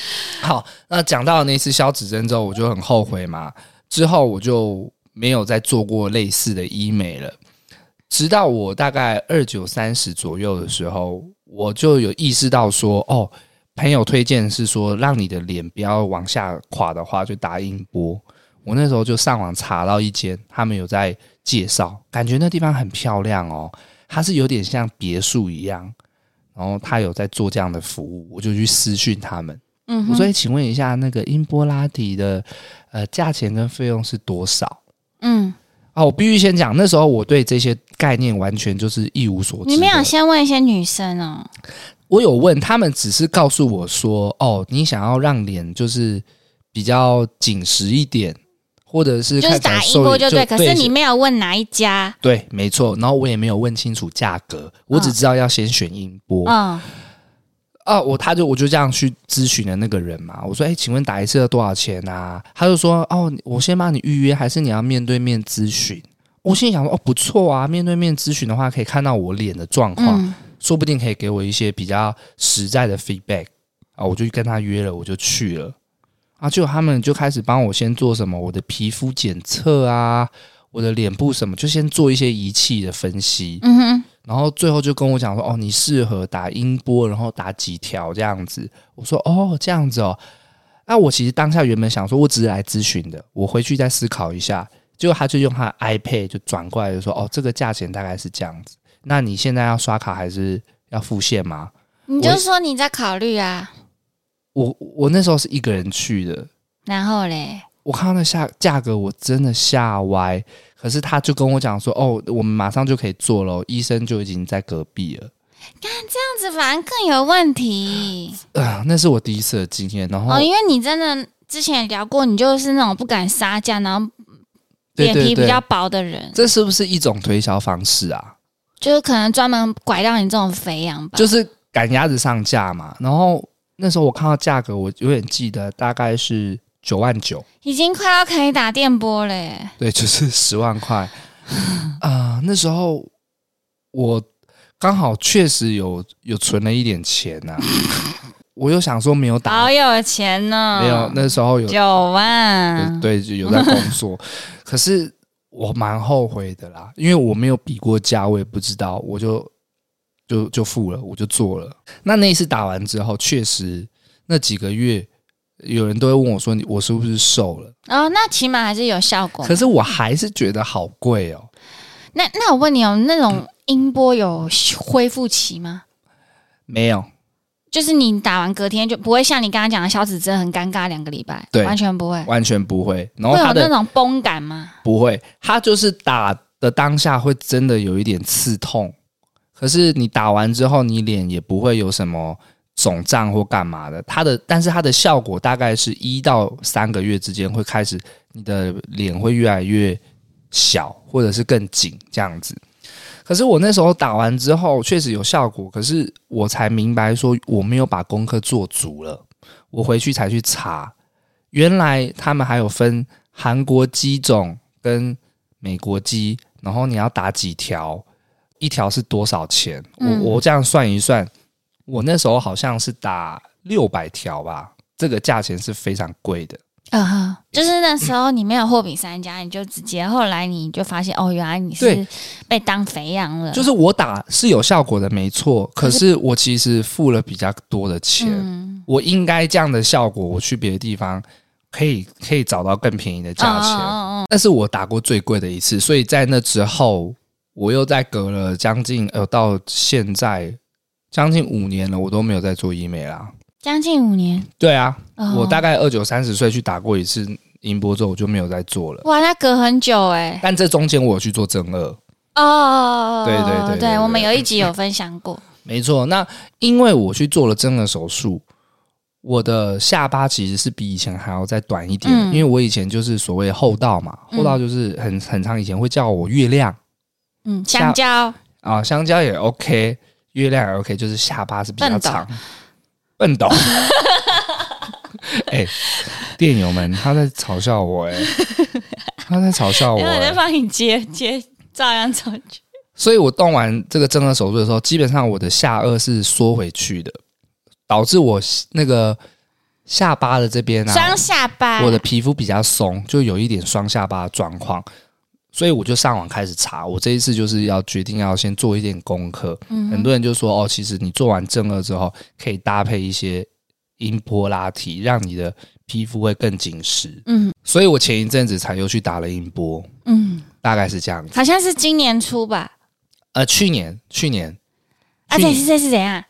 Speaker 1: <laughs> 好，那讲到那次消脂针之后，我就很后悔嘛，之后我就没有再做过类似的医美了。直到我大概二九三十左右的时候，我就有意识到说，哦，朋友推荐是说让你的脸不要往下垮的话，就打音波。我那时候就上网查到一间，他们有在介绍，感觉那地方很漂亮哦，它是有点像别墅一样，然后他有在做这样的服务，我就去私讯他们。
Speaker 2: 嗯
Speaker 1: 我
Speaker 2: 哼，
Speaker 1: 说：“哎请问一下，那个英波拉提的呃价钱跟费用是多少
Speaker 2: 嗯，？”
Speaker 1: 啊，我必须先讲，那时候我对这些概念完全就是一无所知的。
Speaker 2: 你们想先问一些女生哦，
Speaker 1: 我有问他们，只是告诉我说：“哦，你想要让脸就是比较紧实一点，或者是
Speaker 2: 就
Speaker 1: 看
Speaker 2: 是
Speaker 1: 起来
Speaker 2: 打一
Speaker 1: 瘦
Speaker 2: 波
Speaker 1: 一
Speaker 2: 就对。可是你
Speaker 1: 是
Speaker 2: 没有问哪一家，
Speaker 1: 对，没错。然后我也没有问清楚价格，我只
Speaker 2: 嗯
Speaker 1: 知道要先选音波。
Speaker 2: 嗯，
Speaker 1: 啊，我他就我就这样去咨询了那个人嘛，我说，哎、请问打一次要多少钱啊？他就说，哦，我先帮你预约，还是你要面对面咨询？我心里想说，哦，不错啊，面对面咨询的话，可以看到我脸的状况，
Speaker 2: 嗯
Speaker 1: 说不定可以给我一些比较实在的 feedback 啊。我就跟他约了，我就去了啊，结果他们就开始帮我先做什么我的皮肤检测啊，我的脸部什么，就先做一些仪器的分析。
Speaker 2: 嗯哼，
Speaker 1: 然后最后就跟我讲说，哦，你适合打音波，然后打几条这样子。我说，哦，这样子哦。那我其实当下原本想说，我只是来咨询的，我回去再思考一下。结果他就用他的 iPad 就转过来就说，哦，这个价钱大概是这样子。那你现在要刷卡还是要付现吗？
Speaker 2: 你就说你在考虑啊，
Speaker 1: 我我那时候是一个人去的，
Speaker 2: 然后嘞，
Speaker 1: 我看到那价价格，我真的吓歪。可是他就跟我讲说，哦，我们马上就可以做了，医生就已经在隔壁了。
Speaker 2: 这样子反而更有问题
Speaker 1: 啊、那是我第一次的经验。然后
Speaker 2: 哦，因为你真的之前也聊过，你就是那种不敢杀价，然后
Speaker 1: 对
Speaker 2: 脸
Speaker 1: 对
Speaker 2: 皮
Speaker 1: 对
Speaker 2: 比较薄的人，
Speaker 1: 这是不是一种推销方式啊？
Speaker 2: 就是可能专门拐到你这种肥羊吧，
Speaker 1: 就是赶鸭子上架嘛。然后那时候我看到价格，我有点记得大概是九万九，
Speaker 2: 已经快要可以打电波嘞、
Speaker 1: 对，就是 <laughs> 十万块。
Speaker 2: <laughs>
Speaker 1: 啊、那时候我刚好确实有有存了一点钱
Speaker 2: <laughs>
Speaker 1: 呐、我又想说没有打，
Speaker 2: 好有钱呢、
Speaker 1: 没有那时候有
Speaker 2: 九
Speaker 1: 有
Speaker 2: 万，
Speaker 1: 对，就有在工作。可是我蛮后悔的啦，因为我没有比过价，我也不知道，我就就就付了，我就做了。那那一次打完之后，确实那几个月，有人都会问我说：“你我是不是瘦了
Speaker 2: 哦，那起码还是有效？”果
Speaker 1: 可。是我还是觉得好贵哦。
Speaker 2: 那那我问你哦，那种音波有恢复期吗？
Speaker 1: 没有，
Speaker 2: 就是你打完隔天就不会像你刚刚讲的小指针很尴尬两个礼拜，
Speaker 1: 对
Speaker 2: 完全不会，
Speaker 1: 完全不会。然后
Speaker 2: 会有
Speaker 1: 他
Speaker 2: 啊那
Speaker 1: 的
Speaker 2: 种崩感吗？
Speaker 1: 不会，他就是打的当下会真的有一点刺痛，可是你打完之后，你脸也不会有什么肿胀或干嘛的。它的，但是它的效果大概是一到三个月之间会开始，你的脸会越来越小，或者是更紧这样子。可是我那时候打完之后确实有效果，可是我才明白说我没有把功课做足了，我回去才去查，原来他们还有分韩国鸡种跟美国鸡，然后你要打几条，一条是多少钱？
Speaker 2: 嗯
Speaker 1: 我我这样算一算，我那时候好像是打六百条吧，这个价钱是非常贵的。
Speaker 2: 啊哈，就是那时候你没有货比三家，你就直接后来你就发现哦，原来你是
Speaker 1: 对
Speaker 2: 被当肥羊了，
Speaker 1: 就是我打是有效果的，没错，可
Speaker 2: 嗯可是
Speaker 1: 是我其实付了比较多的钱，
Speaker 2: 嗯，
Speaker 1: 我应该这样的效果，我去别的地方可以可以找到更便宜的价钱。
Speaker 2: 哦哦哦
Speaker 1: 那是我打过最贵的一次，所以在那之后，我又再隔了将近呃到现在将近五年了，我都没有在做医美啦。
Speaker 2: 将近五年，
Speaker 1: 对啊，
Speaker 2: 哦
Speaker 1: 我大概二九三十岁去打过一次音波之后，我就没有再做了。
Speaker 2: 哇，那隔很久哎、
Speaker 1: 但这中间我有去做正二，
Speaker 2: 哦，
Speaker 1: 对对对对对
Speaker 2: 我们有一集有分享过，
Speaker 1: 没错。那因为我去做了正颌手术，我的下巴其实是比以前还要再短一点，因
Speaker 2: 嗯
Speaker 1: 为我以前就是所谓厚道嘛，
Speaker 2: 嗯
Speaker 1: 厚道就是很很长以前会叫我月亮
Speaker 2: 嗯，香蕉，
Speaker 1: 啊，香蕉也 OK，月亮也 OK，就是下巴是比较
Speaker 2: 笨斗
Speaker 1: 长，笨斗。 <laughs> 哎、电友们，他在嘲笑我哎、他在嘲
Speaker 2: <laughs>
Speaker 1: 笑我、
Speaker 2: 因为我在
Speaker 1: 哎
Speaker 2: 帮你接接，照样走去，
Speaker 1: 所以我动完这个正颌手术的时候，基本上我的下颚是缩回去的，导致我那个下巴的这边啊
Speaker 2: 双，下巴，
Speaker 1: 我的皮肤比较松，就有一点双下巴的状况。所以我就上网开始查，我这一次就是要决定要先做一点功课。
Speaker 2: 嗯
Speaker 1: 很多人就说哦，其实你做完正颚之后，可以搭配一些音波拉提，让你的皮肤会更紧实。
Speaker 2: 嗯
Speaker 1: 所以我前一阵子才又去打了音波，
Speaker 2: 嗯，
Speaker 1: 大概是这样子。
Speaker 2: 好像是今年初吧，
Speaker 1: 呃，去年，去年
Speaker 2: 啊，
Speaker 1: 去
Speaker 2: 这
Speaker 1: 年
Speaker 2: 是这是怎样？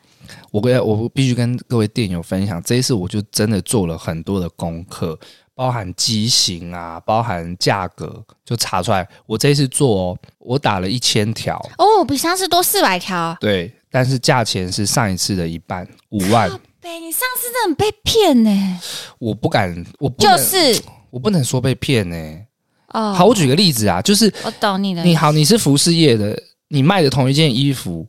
Speaker 1: 我跟我必须跟各位电友分享，这一次我就真的做了很多的功课，包含机型啊，包含价格，就查出来。我这一次做哦，我打了一千条，
Speaker 2: 哦，比上次多四百条，
Speaker 1: 对，但是价钱是上一次的一半，五万。
Speaker 2: 对你上次真的很被骗呢、
Speaker 1: 我不敢，我不
Speaker 2: 就
Speaker 1: 能，
Speaker 2: 是
Speaker 1: 我不能说被骗呢、
Speaker 2: 哦，
Speaker 1: 好，我举个例子啊，就是
Speaker 2: 我懂你的，
Speaker 1: 你好，你是服饰业的，你卖的同一件衣服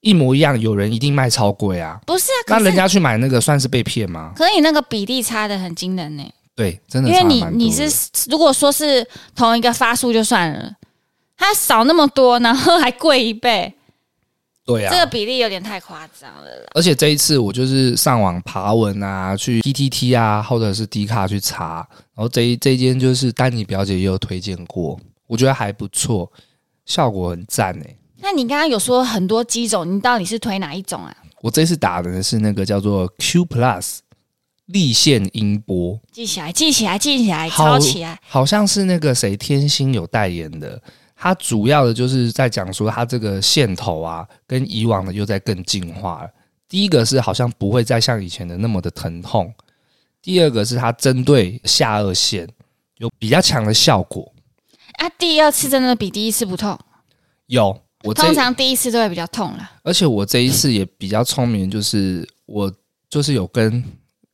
Speaker 1: 一模一样，有人一定卖超贵啊，
Speaker 2: 不是啊，可
Speaker 1: 那
Speaker 2: 是
Speaker 1: 人家去买那个算是被骗吗？
Speaker 2: 可是你那个比例差的很惊人呢、
Speaker 1: 对，真的
Speaker 2: 因为
Speaker 1: 差
Speaker 2: 你
Speaker 1: 蛮多
Speaker 2: 你
Speaker 1: 的
Speaker 2: 是如果说是同一个发数就算了，它少那么多，然后还贵一倍，
Speaker 1: 对啊，
Speaker 2: 这个比例有点太夸张了啦。
Speaker 1: 而且这一次我就是上网爬文啊，去 PTT 啊，或者是迪卡去查，然后这一这一间就是丹尼表姐也有推荐过，我觉得还不错，效果很赞欸诶、
Speaker 2: 那你刚刚有说很多机种，你到底是推哪一种啊？
Speaker 1: 我这次打的是那个叫做 Q Plus 立线音波，
Speaker 2: 记起来，记起来，记起来，
Speaker 1: 好
Speaker 2: 抄起来。
Speaker 1: 好像是那个谁天星有代言的。它主要的就是在讲说，它这个线头啊，跟以往的又在更进化了。第一个是好像不会再像以前的那么的疼痛，第二个是它针对下颚线有比较强的效果。
Speaker 2: 啊，第二次真的比第一次不痛，
Speaker 1: 有我这
Speaker 2: 通常第一次都会比较痛啦。
Speaker 1: 而且我这一次也比较聪明，就是我就是有跟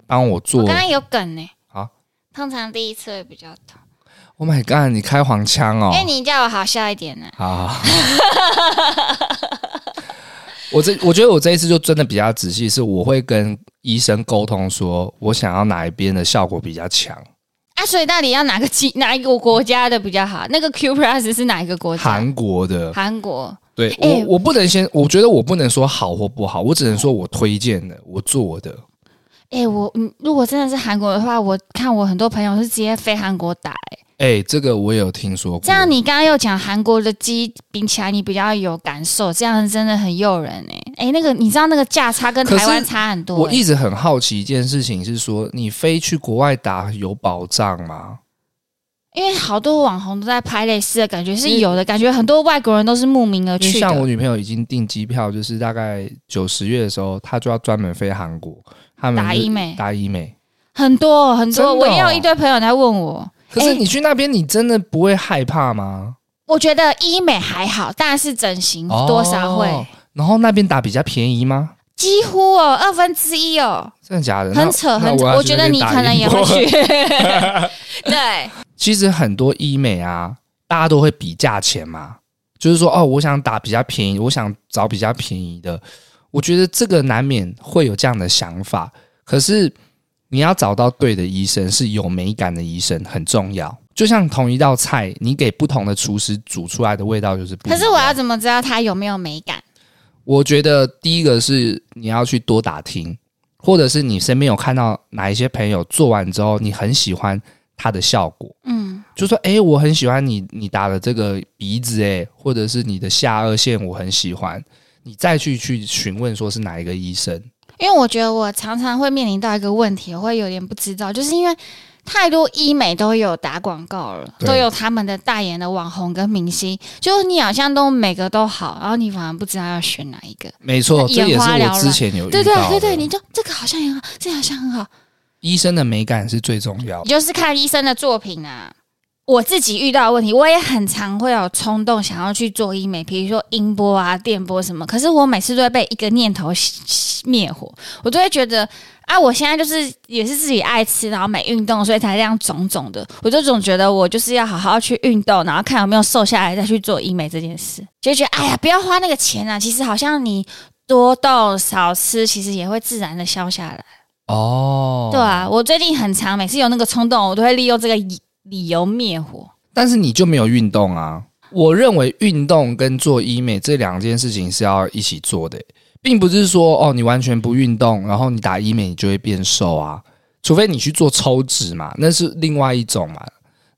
Speaker 1: 帮我做
Speaker 2: 我刚刚有梗呢、欸
Speaker 1: 啊
Speaker 2: 通常第一次会比较痛，
Speaker 1: Oh my god！你开黄腔哦
Speaker 2: 因，为你叫我好笑一点啊呢、
Speaker 1: 好好好 <laughs> 我这我觉得我这一次就真的比较仔细，是我会跟医生沟通，说我想要哪一边的效果比较强，
Speaker 2: 啊，所以到底要哪个机哪一个国家的比较好？那个 Q Plus 是哪一个国家？
Speaker 1: 韩国的。
Speaker 2: 韩国。
Speaker 1: 对、
Speaker 2: 哎
Speaker 1: 我，我不能先，我觉得我不能说好或不好，我只能说我推荐的，我做的。
Speaker 2: 哎、我嗯，如果真的是韩国的话，我看我很多朋友是直接飞韩国打、欸。
Speaker 1: 哎、这个我也有听说过。
Speaker 2: 这样你刚刚又讲韩国的鸡比起来，你比较有感受，这样真的很诱人哎、欸、哎、那个你知道那个价差跟
Speaker 1: 可是
Speaker 2: 台湾差很多、
Speaker 1: 我
Speaker 2: 欸，
Speaker 1: 一直很好奇一件事情，是说你飞去国外打有保障吗？
Speaker 2: 因为好多网红都在拍类似的感觉，是
Speaker 1: 因为
Speaker 2: 有的感觉很多外国人都是慕名而
Speaker 1: 因为
Speaker 2: 去
Speaker 1: 像我
Speaker 2: 的。
Speaker 1: 女朋友已经订机票，就是大概九十月的时候，她就要专门飞韩国，他们
Speaker 2: 打
Speaker 1: 就
Speaker 2: 医美
Speaker 1: 打医美。
Speaker 2: 很多很
Speaker 1: 真的
Speaker 2: 多，
Speaker 1: 哦
Speaker 2: 我也有一堆朋友在问我，
Speaker 1: 可是
Speaker 2: 哎
Speaker 1: 你去那边，你真的不会害怕吗？
Speaker 2: 我觉得医美还好，但是整形多少会、
Speaker 1: 哦然后那边打比较便宜吗？
Speaker 2: 几乎哦二分之一哦，
Speaker 1: 真的假的？
Speaker 2: 很
Speaker 1: 那
Speaker 2: 扯，
Speaker 1: 那
Speaker 2: 很扯。
Speaker 1: 我
Speaker 2: 我觉得你可能也会
Speaker 1: 去那边打
Speaker 2: 去
Speaker 1: 英国。。
Speaker 2: <laughs> 对，
Speaker 1: <laughs> 其实很多医美啊，大家都会比价钱嘛，就是说哦，我想打比较便宜，我想找比较便宜的。我觉得这个难免会有这样的想法，可是你要找到对的医生，是有美感的医生很重要。就像同一道菜，你给不同的厨师煮出来的味道就是不一
Speaker 2: 可
Speaker 1: 样。
Speaker 2: 是我要怎么知道它有没有美感？
Speaker 1: 我觉得第一个是你要去多打听，或者是你身边有看到哪一些朋友做完之后，你很喜欢它的效果，
Speaker 2: 嗯，
Speaker 1: 就说诶，我很喜欢你你打的这个鼻子诶，或者是你的下颚线，我很喜欢。你再去去询问说是哪一个医生，
Speaker 2: 因为我觉得我常常会面临到一个问题，我会有点不知道，就是因为太多医美都有打广告了，
Speaker 1: 对
Speaker 2: 都有他们的代言的网红跟明星，就是你好像都每个都好，然后你反而不知道要选哪一个。
Speaker 1: 没错，这也
Speaker 2: 眼
Speaker 1: 是
Speaker 2: 花缭
Speaker 1: 我
Speaker 2: 乱
Speaker 1: 之前有遇
Speaker 2: 对对
Speaker 1: 到
Speaker 2: 对对，
Speaker 1: 的
Speaker 2: 你就这个好像很好，这个好像很好，
Speaker 1: 医生的美感是最重要的
Speaker 2: 你。就是看医生的作品啊。我自己遇到的问题，我也很常会有冲动想要去做医美，比如说音波啊、电波什么。可是我每次都会被一个念头灭火，我都会觉得啊，我现在就是也是自己爱吃，然后没运动，所以才这样肿肿的。我就总觉得我就是要好好去运动，然后看有没有瘦下来再去做医美这件事，就觉得哎呀，不要花那个钱啊。其实好像你多动少吃，其实也会自然的消下来。
Speaker 1: 哦，
Speaker 2: 对啊，我最近很常，每次有那个冲动，我都会利用这个理理由灭火。
Speaker 1: 但是你就没有运动啊。我认为运动跟做医美这两件事情是要一起做的，欸并不是说哦你完全不运动，然后你打医美你就会变瘦啊，除非你去做抽脂嘛，那是另外一种嘛。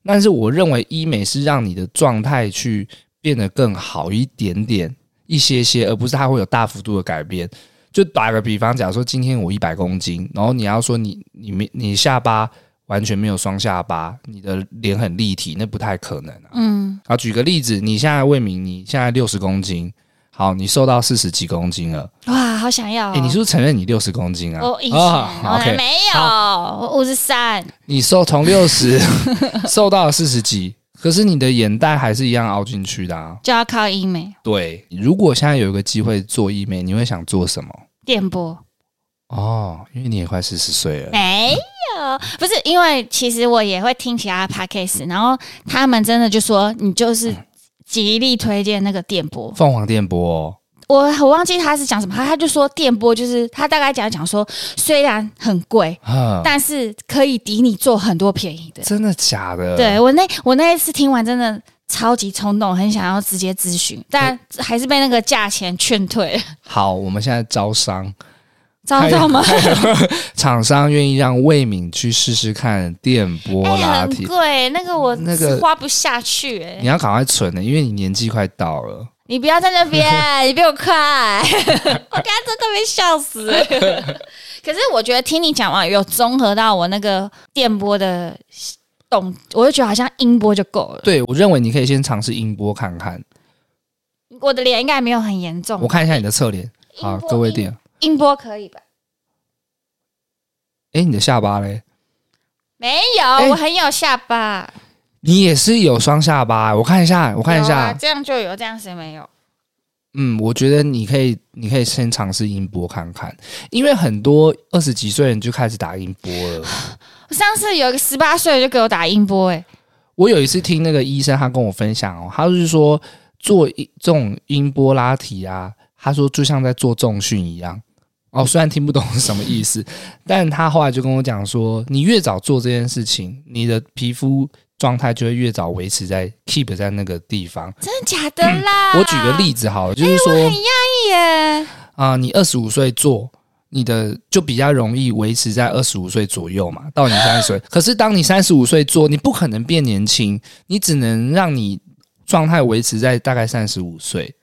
Speaker 1: 但是我认为医美是让你的状态去变得更好一点点，一些些，而不是它会有大幅度的改变。就打个比方，假如说今天我一百公斤，然后你要说你你没你下巴完全没有双下巴，你的脸很立体，那不太可能啊。
Speaker 2: 嗯，
Speaker 1: 好，举个例子，你现在魏明，你现在六十公斤，好，你瘦到四十几公斤了，
Speaker 2: 哇，好想要、哦！
Speaker 1: 哎、你是不是承认你六十公斤啊？
Speaker 2: 我以前、
Speaker 1: 啊
Speaker 2: 我还
Speaker 1: ，OK，
Speaker 2: 没有，我五十三，
Speaker 1: 你瘦从六
Speaker 2: <laughs>
Speaker 1: 十瘦到四十几，可是你的眼袋还是一样凹进去的啊。
Speaker 2: 就要靠医美
Speaker 1: 对，如果现在有一个机会做医美，你会想做什么？
Speaker 2: 电波。
Speaker 1: 哦，因为你也快四十岁了，
Speaker 2: 没有，不是因为其实我也会听其他 podcast，然后他们真的就说你就是
Speaker 1: 嗯
Speaker 2: 极力推荐那个电波。
Speaker 1: 凤凰电波、哦。
Speaker 2: 我我忘记他是讲什么，他他就说电波就是他大概讲讲说，虽然很贵，
Speaker 1: 啊，
Speaker 2: 但是可以抵你做很多便宜的。
Speaker 1: 真的假的？
Speaker 2: 对我那我那一次听完真的超级冲动，很想要直接咨询，但还是被那个价钱劝退，
Speaker 1: 好，我们现在招商，
Speaker 2: 招到吗？哎
Speaker 1: 厂商愿意让魏敏去试试看电波拉
Speaker 2: 哎很
Speaker 1: 提，
Speaker 2: 贵，那个我
Speaker 1: 那个
Speaker 2: 是花不下去、欸，
Speaker 1: 你要赶快存的，因为你年纪快到了。
Speaker 2: 你不要在那边，你比我快， <laughs> 我刚刚真的被笑死。 <laughs> 可是我觉得听你讲完，有综合到我那个电波的懂，我就觉得好像音波就够了。
Speaker 1: 对，我认为你可以先尝试音波看看。
Speaker 2: 我的脸应该没有很严重
Speaker 1: 我，看一下你的侧脸，好，
Speaker 2: 音波
Speaker 1: 各位点，
Speaker 2: 音波可以吧？
Speaker 1: 诶，哎你的下巴嘞？
Speaker 2: 没有，
Speaker 1: 哎
Speaker 2: 我很有下巴。
Speaker 1: 你也是有双下巴，欸我看一下，我看一
Speaker 2: 有
Speaker 1: 下。
Speaker 2: 啊，这样就有，这样谁没有？
Speaker 1: 嗯，我觉得你可以，你可以先尝试音波看看，因为很多二十几岁人就开始打音波了。
Speaker 2: 我上次有一个十八岁的就给我打音波、欸，
Speaker 1: 我有一次听那个医生，他跟我分享哦，他就是说做一这种音波拉提啊，他说就像在做重训一样。哦，虽然听不懂是什么意思， <laughs> 但他后来就跟我讲说，你越早做这件事情，你的皮肤状态就会越早维持在 keep 在那个地方。
Speaker 2: 真的假的
Speaker 1: 嗯
Speaker 2: 啦？哎
Speaker 1: 我举个例子好了，就是说
Speaker 2: 子耶，
Speaker 1: 啊、你二十五岁做。你的就比较容易维持在二十五岁左右嘛，到你三
Speaker 2: <laughs>
Speaker 1: 十岁。可是当你三十五岁做，你不可能变年轻，你只能让你状态维持在大概三十五岁。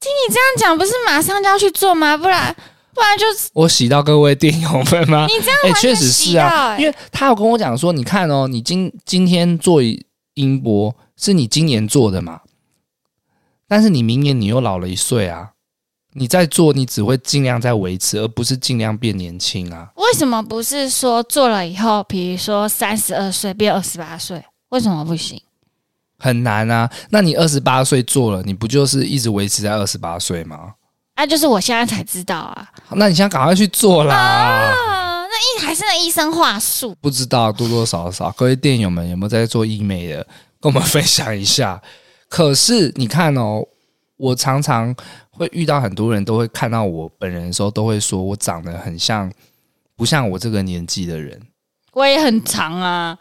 Speaker 2: 这样讲不是马上就要去做吗？不然不然就是
Speaker 1: 我洗到各位电友们吗？
Speaker 2: 你这样
Speaker 1: 哎、
Speaker 2: 完
Speaker 1: 确
Speaker 2: 全
Speaker 1: 实
Speaker 2: 洗
Speaker 1: 是
Speaker 2: 到、
Speaker 1: 啊，
Speaker 2: 欸
Speaker 1: 因为他有跟我讲说，你看哦，你今今天做音波是你今年做的嘛，但是你明年你又老了一岁啊，你在做你只会尽量在维持，而不是尽量变年轻啊。
Speaker 2: 为什么不是说做了以后，比如说三十二岁变二十八岁，为什么不行？
Speaker 1: 很难啊。那你二十八岁做了，你不就是一直维持在二十八岁吗？
Speaker 2: 啊，就是我现在才知道啊，
Speaker 1: 那你现在赶快去做啦！
Speaker 2: 啊，那一还是那医生话术，
Speaker 1: 不知道多多少少，各位电友们有没有在做医美的，跟我们分享一下。可是你看哦，我常常会遇到很多人都会看到我本人的时候，都会说我长得很像，不像我这个年纪的人。
Speaker 2: 我也很长啊，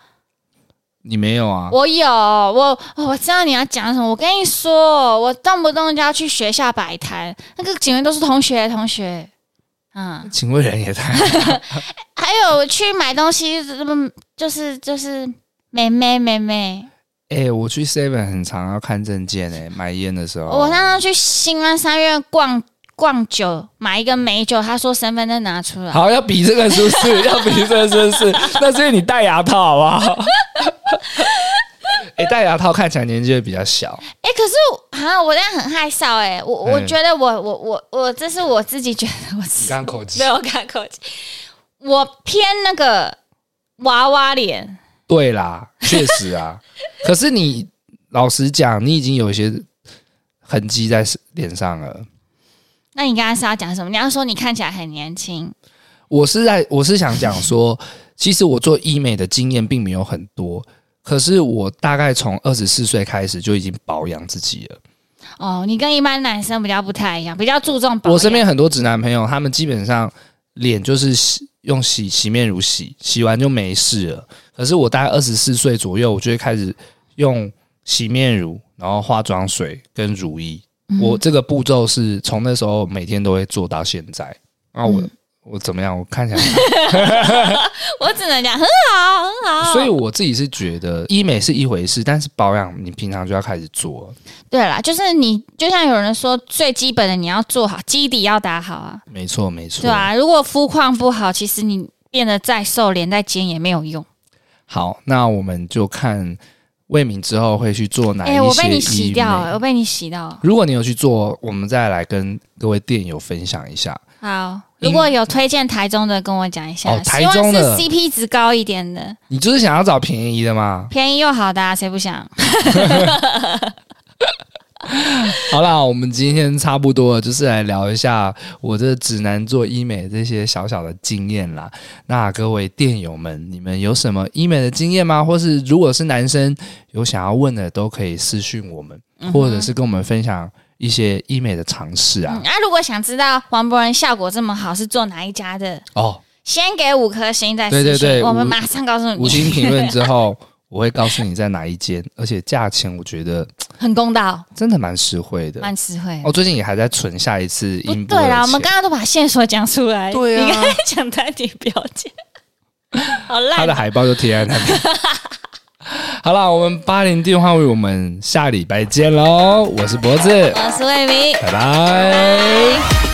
Speaker 1: 你没有啊？
Speaker 2: 我有，我哦我知道你要讲什么。我跟你说，我动不动就要去学校摆摊，那个警卫都是同学同学。嗯，
Speaker 1: 请问人也太……
Speaker 2: 还有我去买东西，嗯就是就是妹妹妹妹。
Speaker 1: 哎、我去 Seven 很常要看证件哎、买烟的时候，
Speaker 2: 我上次去新安三院逛逛酒买一个美酒，他说身份证拿出来，
Speaker 1: 好，要比这个是不是？要比这个是不是？那所以你戴牙套好不好？哎、戴牙套看起来年纪会比较小，
Speaker 2: 哎、可是我啊，我真的很害臊哎、我我
Speaker 1: 嗯
Speaker 2: 觉得我我我我，这是我自己觉得我自
Speaker 1: <laughs> 你
Speaker 2: 己
Speaker 1: 刚口气
Speaker 2: 没。有看口气，我偏那个娃娃脸，
Speaker 1: 对啦，确实啊。可是你老实讲，你已经有一些痕迹在脸上了。
Speaker 2: 那你刚才是要讲什么？你要说你看起来很年轻，
Speaker 1: 我是在，我是想讲说，其实我做医美的经验并没有很多，可是我大概从二十四岁开始就已经保养自己了。
Speaker 2: 哦，你跟一般男生比较不太一样，比较注重保养。
Speaker 1: 我身边很多直男朋友，他们基本上脸就是洗用洗洗面乳洗，洗完就没事了。可是我大概二十四岁左右，我就会开始用洗面乳，然后化妆水跟乳液。
Speaker 2: 嗯
Speaker 1: 我这个步骤是从那时候每天都会做到现在。啊，
Speaker 2: 嗯
Speaker 1: 我、我怎么样？我看起来，
Speaker 2: <laughs> 我只能讲很好很好。
Speaker 1: 所以我自己是觉得医美是一回事，但是保养你平常就要开始做了，
Speaker 2: 对啦，就是你就像有人说，最基本的你要做好，基底要打好啊，
Speaker 1: 没错没错。
Speaker 2: 对啊。如果肤况不好，其实你变得再瘦，脸再尖也没有用。
Speaker 1: 好，那我们就看魏敏之后会去做哪一
Speaker 2: 哎、
Speaker 1: 些医美。
Speaker 2: 我被你洗掉了，我被你洗到了。
Speaker 1: 如果你有去做，我们再来跟各位店友分享一下。
Speaker 2: 好，
Speaker 1: 因
Speaker 2: 如果有推荐台中的，跟我讲一下。
Speaker 1: 哦台
Speaker 2: 希望
Speaker 1: 中
Speaker 2: 是
Speaker 1: 的
Speaker 2: CP 值高一点的，
Speaker 1: 你就是想要找便宜的嘛？
Speaker 2: 便宜又好的、啊，谁不想？
Speaker 1: 好啦，我们今天差不多了，就是来聊一下我这指南做医美这些小小的经验啦。那各位店友们，你们有什么医美的经验吗？或是如果是男生有想要问的，都可以私讯我们，或者是跟我们分享一些医美的尝试啊
Speaker 2: 嗯。啊，如果想知道王博仁效果这么好是做哪一家的，
Speaker 1: 哦，
Speaker 2: 先给五颗星再
Speaker 1: 对
Speaker 2: 私
Speaker 1: 对
Speaker 2: 讯
Speaker 1: 对
Speaker 2: 我们
Speaker 1: 五
Speaker 2: 马上告诉
Speaker 1: 五
Speaker 2: 你，
Speaker 1: 星评论之后，我会告诉你在哪一间，而且价钱我觉得
Speaker 2: <laughs> 很公道，
Speaker 1: 真的蛮实惠的。
Speaker 2: 蛮实惠。
Speaker 1: 哦我最近也还在存下一次
Speaker 2: 嗯不
Speaker 1: 音波的
Speaker 2: 对啦，我
Speaker 1: 钱
Speaker 2: 们刚刚都把线索讲出来，
Speaker 1: 对啊
Speaker 2: 你刚才讲丹迪表姐， <laughs>
Speaker 1: 他
Speaker 2: 好烂
Speaker 1: 的
Speaker 2: 哦。
Speaker 1: 海报就贴在那
Speaker 2: <laughs>
Speaker 1: 边。好啦，我们八零电话会，我
Speaker 2: 呃
Speaker 1: 们下礼拜见喽！我是脖子，
Speaker 2: 我是魏明，
Speaker 1: 拜拜。
Speaker 2: 拜拜